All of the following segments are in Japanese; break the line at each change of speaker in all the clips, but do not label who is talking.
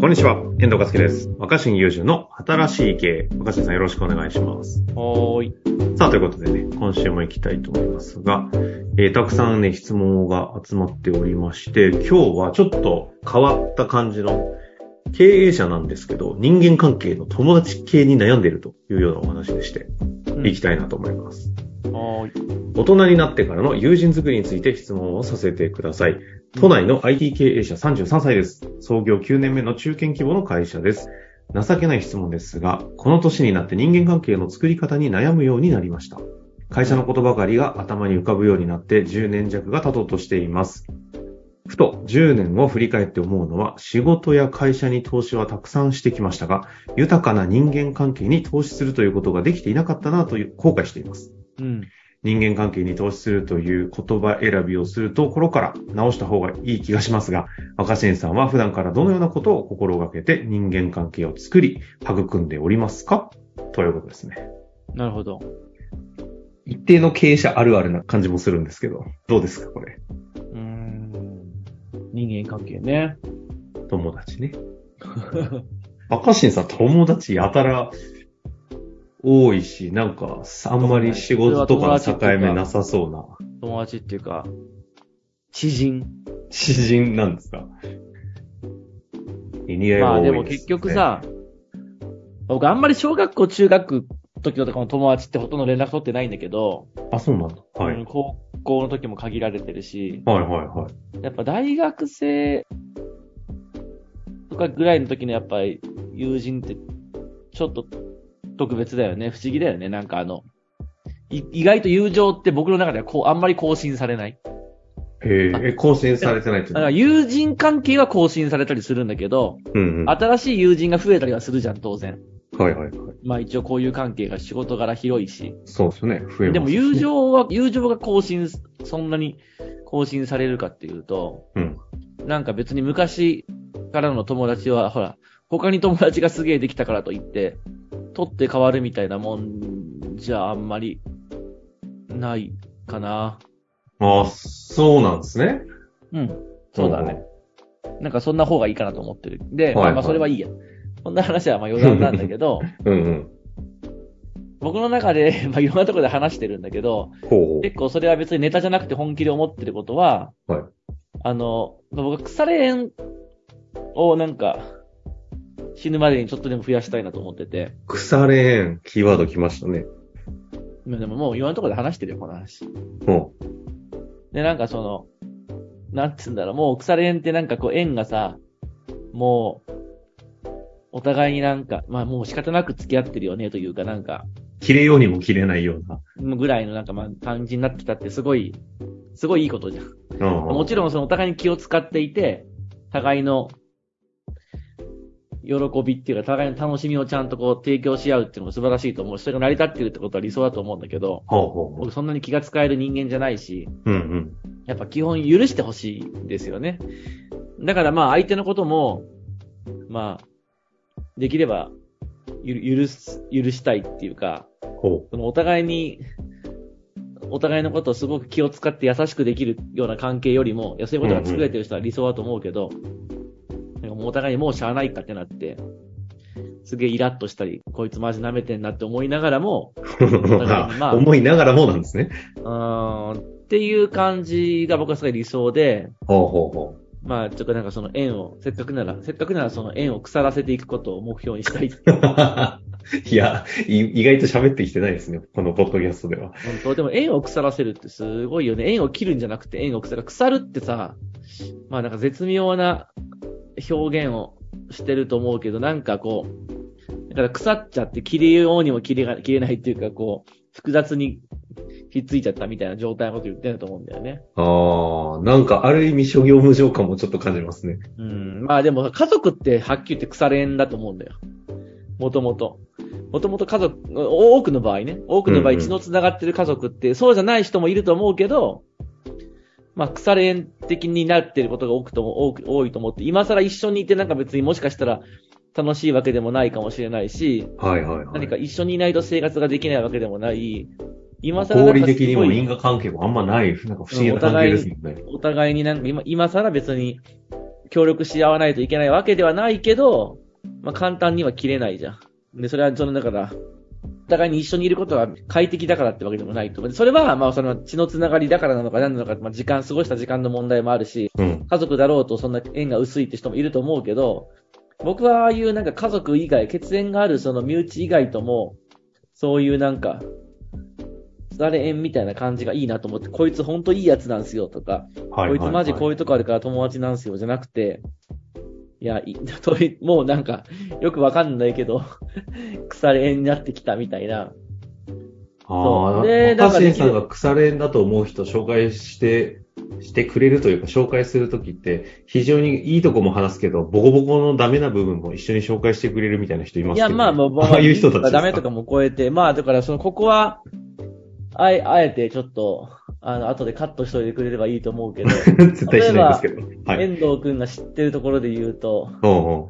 こんにちは、遠藤和樹です。若新雄純の新しい経営。若新さんよろしくお願いします。
はーい。
さあ、ということでね、今週も行きたいと思いますが、えーたくさんね、質問が集まっておりまして、今日はちょっと変わった感じの経営者なんですけど、人間関係の友達系に悩んでいるというようなお話でして、行きたいなと思います。
はーい。
大人になってからの友人作りについて質問をさせてください。都内の IT 経営者33歳です。創業9年目の中堅規模の会社です。情けない質問ですが、この年になって人間関係の作り方に悩むようになりました。会社のことばかりが頭に浮かぶようになって10年弱が経とうとしています。ふと10年を振り返って思うのは、仕事や会社に投資はたくさんしてきましたが、豊かな人間関係に投資するということができていなかったなという後悔しています。
うん。
人間関係に投資するという言葉選びをするところから直した方がいい気がしますが、若新さんは普段からどのようなことを心がけて人間関係を作り、育んでおりますかということですね。
なるほど。
一定の経営者あるあるな感じもするんですけど、どうですかこれ。
うーん。人間関係ね。
友達ね。若新さん友達やたら多いし、なんかあんまり仕事とかの境目なさそうな
友達っていうか、知人。
詩人なんですか似合い
ま
が多
あ
い
です
ね
も結局、さ、僕あんまり小学校、中学時のとかの友達ってほとんど連絡取ってないんだけど、
あ、そうなんだ。はい。
うん高校の時も限られてるし、
はいはいはい。
やっぱ大学生とかぐらいの時のやっぱり友人ってちょっと特別だよね。不思議だよね。なんかあの、い意外と友情って僕の中ではこう、あんまり更新されない。
へ
あ
ええ、更新されてないっていう
だか
の
ら友人関係は更新されたりするんだけど、
うんうん。はい
新しい友人が増えたりはするじゃん、当然。
はいはい。
まあ一応こういう関係が仕事柄広いし。
そうですね。増えますね。
でも友情は、 友情が更新、そんなに更新されるかっていうと、
うん
なんか別に昔からの友達は、ほら、他に友達がすげえできたからといって、取って変わるみたいなもんじゃあんまりないかな。
あ、そうなんですね。
うん。そうだね。なんかそんな方がいいかなと思ってる。で、
はいはい
まあそれはいいや。こんな話はまあ余談なんだ けど、
うんうん。
僕の中で、まあいろんなところで話してるんだけど、
ほうほう。
結構それは別にネタじゃなくて本気で思ってることは、
はい
あの、僕は腐れ縁をなんか、死ぬまでにちょっとでも増やしたいなと思ってて、
腐れ縁、キーワード来ましたね。
まあでももういろんなところで話してるよ、この話。
ほ
で、なんかその、なんつうんだろう、もう腐れ縁ってなんかこう縁がさ、もう、お互いになんか、まあもう仕方なく付き合ってるよねというかなんか、
う。切れようにも切れないような。
ぐらいのなんかまあ感じになってたってすごい、すごいいいことじゃん。も
も
ちろんそのお互いに気を使っていて、互いの喜びっていうか、互いの楽しみをちゃんとこう提供し合うっていうのも素晴らしいと思うし、それが成り立ってるってことは理想だと思うんだけど、
ほうほうほ
僕そんなに気が使える人間じゃないし、
う。うんうん。
やっぱ基本許してほしいんですよね。だからまあ相手のことも、まあ、できればゆ許す、許したいっていうか、
ほ
そのお互いに、お互いのことをすごく気を使って優しくできるような関係よりも、いやそういうことが作れてる人は理想だと思うけど、なんかもうお互いにもうしゃあないかってなって、すげえイラッとしたり、こいつマジ舐めてんなって思いながらも、
う。
だからまあ
思いながらもなんですね。
うーん、っていう感じが僕はすごい理想で、
ほうほうほ
まあちょっとなんかその縁を、せっかくなら、せっかくならその縁を腐らせていくことを目標にしたい。
う。いや、い意外と喋ってきてないですね。このポッドキャストでは。
本当、でも縁を腐らせるってすごいよね。縁を切るんじゃなくて縁を腐る。腐るってさ、まあなんか絶妙な表現をしてると思うけど、なんかこう、だから腐っちゃって切れようにも切れが切れないっていうか、こう、複雑にひっついちゃったみたいな状態のこと言ってると思うんだよね。
ああ、なんかある意味諸行無常感もちょっと感じますね。
うん。まあでも家族ってはっきり言って腐れ縁だと思うんだよ。もともと。もともと家族、お多くの場合ね。多くの場
う
合
んうん
血の繋がってる家族って、そうじゃない人もいると思うけど、まあ腐れ縁的になってることが多くとも、多く、多いと思って、今更一緒にいてなんか別にもしかしたら楽しいわけでもないかもしれないし、
はいはいはい。
何か一緒にいないと生活ができないわけでもない、今更
合
なん
理
かす
的に
ご
も
い
因果関係もあんまない、なんか不思議な関係ですもんね。
お互いになんか今、今更別に協力し合わないといけないわけではないけど、まあ、簡単には切れないじゃん。で、それは、その、だから、お互いに一緒にいることが快適だからってわけでもないと思う。でそれは、まあ、その、血のつながりだからなのか何なのか、まあ、時間、過ごした時間の問題もあるし、
うん。
家族だろうとそんな縁が薄いって人もいると思うけど、僕はああいうなんか家族以外、血縁があるその身内以外とも、そういうなんか、つられ縁みたいな感じがいいなと思って、こいつほんといいやつなんすよとか、
はい。
こいつマジこう
う
いうとこあるから友達なんすよじゃなくて、いや、い とりもうなんか、よくわかんないけど、 腐れ縁になってきたみたいな。
あ
そう
あ、若
でなんか
新
でき
さ
る
んが腐れ縁だと思う人紹介して、してくれるというか、紹介するときって、非常にいいとこも話すけど、ボコボコのダメな部分も一緒に紹介してくれるみたいな人いますけ
い
ど
や、
ね、
まあ、もう、ま
ああいう人たちですか
ダメとかも超えて、まあ、だから、その、ここは、あえ、あえて、ちょっと、あの、後でカットしといてくれればいいと思うけ ど、
絶対しないですけど。 はい。
遠藤くんが知ってるところで言うと、
うんうん。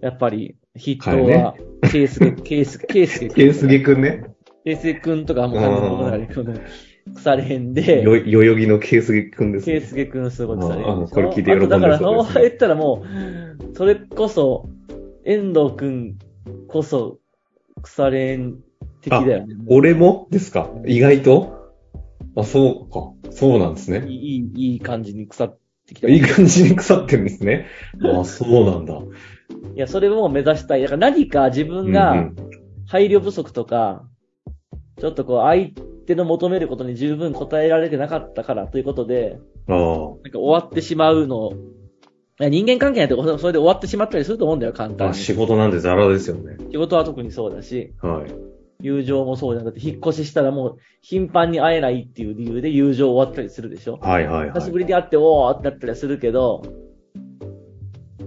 やっぱり、筆頭
彼ね
は、ケースゲ、ケースゲ、ケースゲ 君。
ケンスゲくんね。
ケースゲくんとかはもう完全に僕の中で、この、腐れへんで、
よ、代々木のケンスゲくんです
ケ
ね。
ースゲくんすごい腐れへんでしょ。
ああこれ聞いて喜んでる
あとだから、
そう
そ
ですね
う言ったらもう、それこそ、遠藤くんこそ、腐れへん的だよね。
俺もですか意外とあ、そうか。そうなんですね。
いい、いいいい感じに腐ってきた。
い
い
い感じに腐ってるんですね。あ、そうなんだ。
や、それを目指したい。だから何か自分
う
が
ん
配慮不足とか、ちょっとこう、相手の求めることに十分応えられてなかったからということで、
うん、
なんか終わってしまうのを、いや人間関係なんてそれで終わってしまったりすると思うんだよ、簡
ああ。ま
単
あ
に。
仕
仕
事なんでザラですよね。
事は特にそうだし、
はい。
友情もそうじゃなくて、引っ越ししたらもう頻繁に会えないっていう理由で友情終わったりするでしょ。
はいはいは
久し
い
ぶ。りに会って、おーってなったりはするけど、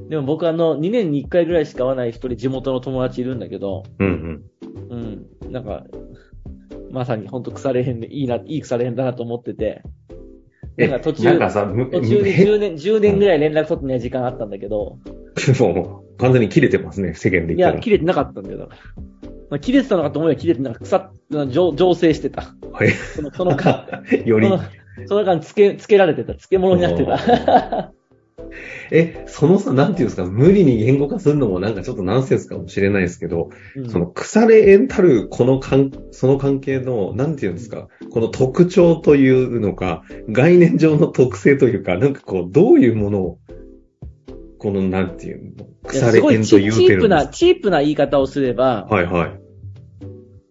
でも僕あの、2年に1回ぐらいしか会わない一人地元の友達いるんだけど、
うんうん。
うん、なんか、まさにほんと腐れへんで、いいな、いい腐れへんだなと思ってて、なんか途中
なんかさ、む
途中で
へ
10年、10年ぐらい連絡取ってない時間あったんだけど、
もう、完全に切れてますね、世間で言
い
っ
や、
たら。
切れてなかったんだよ、だから。まあ、切れてたのかと思えば切れてなかった。腐っ、醸醸成してた。
はい
その、その間、
よ
そ
り
の、その間、つけ、つけられてた。漬物になって た。
え、そのさ、なんていうんですか、無理に言語化するのもなんかちょっとナンセンスかもしれないですけど、
うん
その腐れ縁たるこの関、その関係の、なんていうんですか、この特徴というのか、概念上の特性というか、なんかこう、どういうものを、この、なんていうの、
いや
腐れ縁と言う
すごいチチ
て
ー
る
プ
んです
な、チープな言い方をすれば、
かはいはい。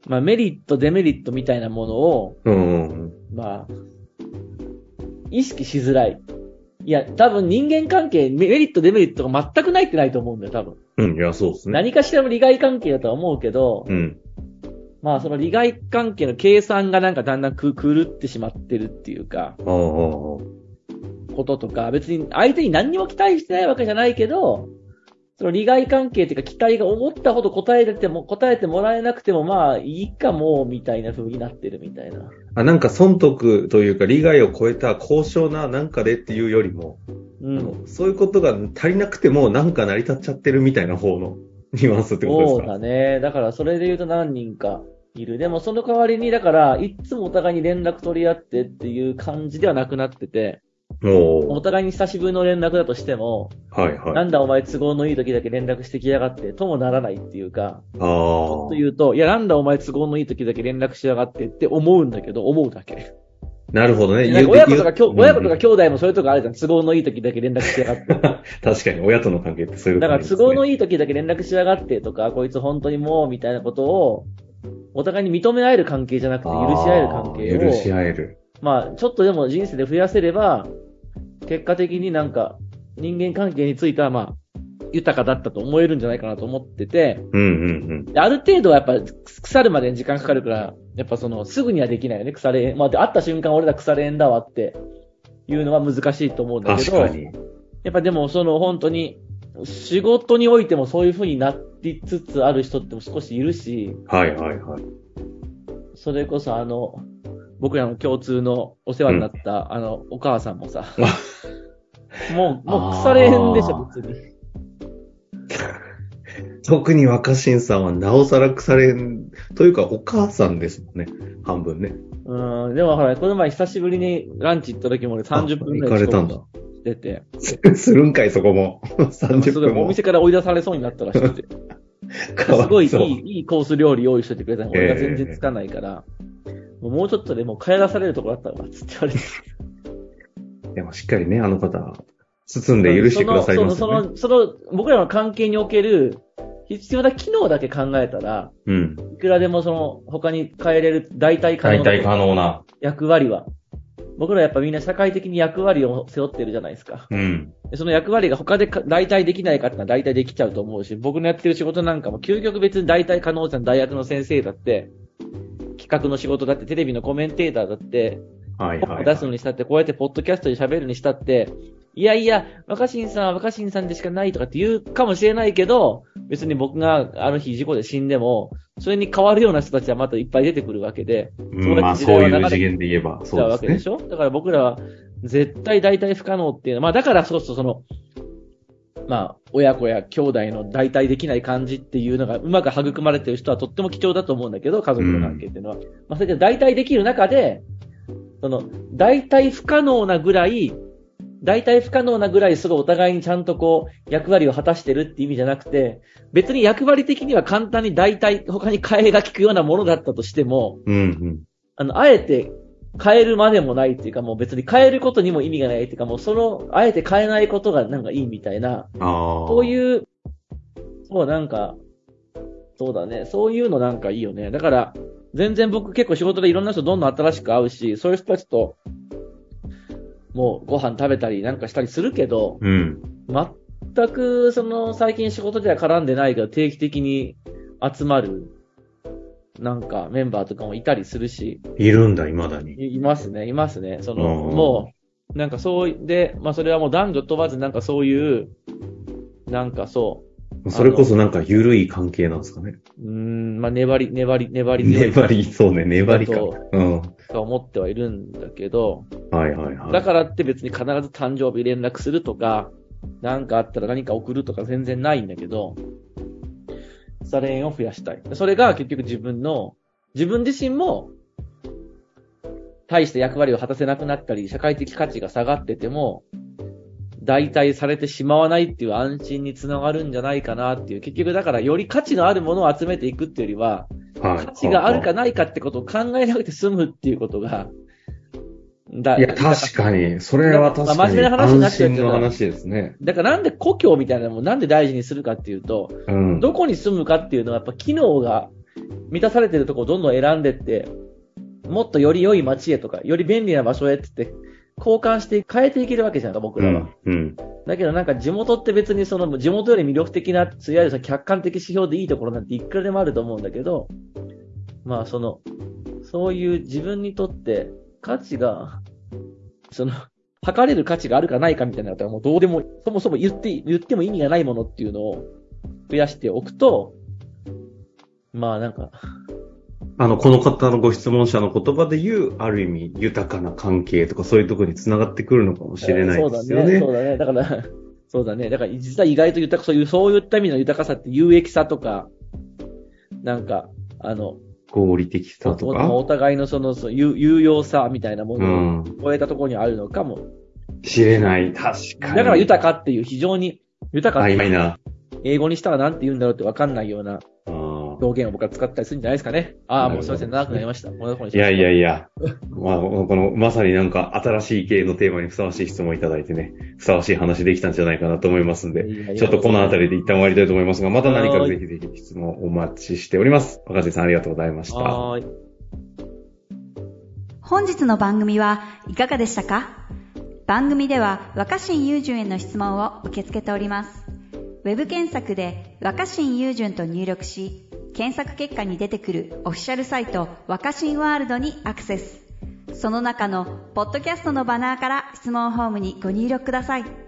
まあメリット、デメリットみたいなものを、
うんうんうん。
まあ、意識しづらい。いや、多分人間関係、メメリット、デメリットが全くないってないと思うんだよ、多分。
うん、いや、そうですね。
何かしらの利害関係だとは思うけど、
うん。
まあその利害関係の計算がなんかだんだんく狂ってしまってるっていう
ああああ、
か、
あ
こととか、別に相手に何にも期待してないわけじゃないけど、その利害関係っていうか期待が思ったほど答えれても、答えてもらえなくても、まあいいかも、みたいな風になってるみたいな。
ああなんか損得というか、利害を超えた高尚ななんかでっていうよりも、
うん。
そういうことが足りなくてもなんか成り立っちゃってるみたいな方のニュアンスってことです
そ
か
うだね。だからそれで言うと何人かいる。でもその代わりに、だから、いつもお互いに連絡取り合ってっていう感じではなくなってて、
お
お
ー
互いに久しぶりの連絡だとしても、
はいはい。
なんだお前都合のいい時だけ連絡してきやがって、ともならないっていうか、
ああ
と。言うと、いや、なんだお前都合のいい時だけ連絡しやがってって思うんだけど、思うだけ。
なるほどね。
なんか親子とかきょ、
言う
親子とか
うん
兄弟もそういうとこあるじゃん。都合のいい時だけ連絡しやがって。
確かに親との関係ってそういうこ
だ
と
から都合の
いい。
いい時だけ連絡しやがってとか、こいつ本当にもう、みたいなことを、お互いに認め合える関係じゃなくて、許し合える関係
あー許し
を、
合える。
まあ、ちょっとでも人生で増やせれば、結果的になんか、人間関係についてはまあ、豊かだったと思えるんじゃないかなと思ってて、
うんうんうん。
である程度はやっぱ腐るまでに時間かかるから、やっぱそのすぐにはできないよね、腐れ縁。まあ、で会った瞬間俺ら腐れ縁だわっていうのは難しいと思うんだけ
確
ど、
かに。
やっぱでもその本当に仕事においてもそういう風になりつつある人っても少しいるし、
はいはいはい。
それこそあの、僕らの共通のお世話になった、あの、お母さんもさ、 もう、もう腐れ縁でしょ、
あ
別に。
特に若新さんはなおさら腐れん、というかお母さんですもんね。半分ね。
うん、でもほら、この前久しぶりにランチ行った時も俺30分くらい
あ行かれたんだ。
ってて、
するんかい、そこも。
す
30
ごい
分
お
も。
店から追い出されそうになったらしくて、
かわ
すごいい
そう
いいいコース料理用意しといてくれたのに、
ええ
俺が全然つかないから、もうちょっとでもう帰らされるとこだったわ、つって言われて。
でもしっかりね、あの方、包んで許してくださいます
そ
よ
の、
ね。
その、その、その僕らの関係における必要な機能だけ考えたら、
うん。
いくらでもその、他に変えれる代替可
大
能
体
な
可能な。
役割は。僕らやっぱみんな社会的に役割を背負ってるじゃないですか。
うん。
でその役割が他でか代替できないかってのは代替できちゃうと思うし、僕のやってる仕事なんかも究極別に代替可能じゃん。大学の先生だって、企画の仕事だって、テレビのコメンテーターだって、
はい
ポッ
は
プ
い。
出すのにしたって、こうやってポッドキャストで喋るにしたって、いやいや、若新さんは若新さんでしかないとかって言うかもしれないけど、別に僕があの日事故で死んでも、それに変わるような人たちはまたいっぱい出てくるわけで、
うん、まあそういう次元で言えば、
そう
そ
わ
う
け
で
です
ね。
しょだから僕らは絶対代替不可能っていうのは、まあだからこそその、まあ親子や兄弟の代替できない感じっていうのがうまく育まれてる人はとっても貴重だと思うんだけど、家族の関係っていうのは。まあそれで代替できる中で、その代替不可能なぐらい、大体不可能なぐらいすごいお互いにちゃんとこう役割を果たしてるって意味じゃなくて、別に役割的には簡単に大体他に替えが効くようなものだったとしても、
うんうん。
あの、あえて変えるまでもないっていうか、もう別に変えることにも意味がないっていうか、もうその、あえて変えないことがなんかいいみたいな、
ああ。
そ
う。
ういう、そうなんか、そうだね、そういうのなんかいいよね。だから、全然僕結構仕事でいろんな人どんどん新しく会うし、そういう人たちと、もうご飯食べたりなんかしたりするけど、
うん。
全くその最近仕事では絡んでないけど定期的に集まる、なんかメンバーとかもいたりするし、
いるんだ、未だに。
いいますね、いますね。その、
うん
もう、なんかそうい、で、まあそれはもう男女問わずなんかそういう、なんかそ
それこそなんか緩い関係なんですかね。
う、うーん、まあ粘り、粘り、粘り強い
粘り、そうね、粘りか。
そう
うん。
とは思ってはいるんだけど、
はいはいはい。
だからって別に必ず誕生日連絡するとか、なんかあったら何か送るとか全然ないんだけど、サレインを増やしたい。それが結局自分の、自分自身も、大して役割を果たせなくなったり、社会的価値が下がってても、代替されてしまわないっていう安心につながるんじゃないかなっていう、結局だからより価値のあるものを集めていくっていうよりは、
はい
価値があるかないかってことを考えなくて済むっていうことが、だ
いや、確かに。それは確
まあ
か
真
に。
面目な話になっ
安
ちゃうけ
心
ど
の話ですね。
だからなんで故郷みたいなのもなんで大事にするかっていうと、
うん。
どこに住むかっていうのはやっぱ機能が満たされてるとこをどんどん選んでって、もっとより良い街へとか、より便利な場所へって言って、交換して変えていけるわけじゃんか、僕
う
らは。
ん。うん。
だけどなんか地元って別にその地元より魅力的な、そういわゆるその客観的指標でいいところなんていくらでもあると思うんだけど、まあその、そういう自分にとって価値が、その、測れる価値があるかないかみたいなことはもうどうでも、そもそも言って、言っても意味がないものっていうのを増やしておくと、まあなんか、
あの、この方のご質問者の言葉で言う、ある意味、豊かな関係とか、そういうところに繋がってくるのかもしれないですよね。
そうだね、そうだね。だから、 そうだね。だから、実は意外と豊か、そういう、そういった意味の豊かさって有益さとか、なんか、あの、
合理的
お
さと
お
か。
お互いのその、そう有有用さみたいなも
う
のを
ん。
超えたところにあるのかも。
知れない。確か
だ
に。
から豊かっていう非常に、豊かって
曖
い
昧
う
な。
英語にしたらなんて言うんだろうってわかんないような
あー
表現を僕は使ったりするんじゃないですかね。ああ、もうすいません、
なる
長
ほ
く
ど
なりました。こんなところにし
い
ま
や
す
いやい や。まあ、この、まさになんか、新しい系のテーマにふさわしい質問いただいてね、ふさわしい話できたんじゃないかなと思いますんで。
いやいや
ちょっとこのあたりで一旦終わりたいと思いますが、また何か
は
ぜ
ー
ひぜひ質問お待ちしております。若新さんありがとうございました。
はーい。
本日の番組はいかがでしたか番組では若新雄純への質問を受け付けております。ウェブ検索で若新雄純と入力し、検索結果に出てくるオフィシャルサイト若新ワールドにアクセス。その中のポッドキャストのバナーから質問フォームにご入力ください。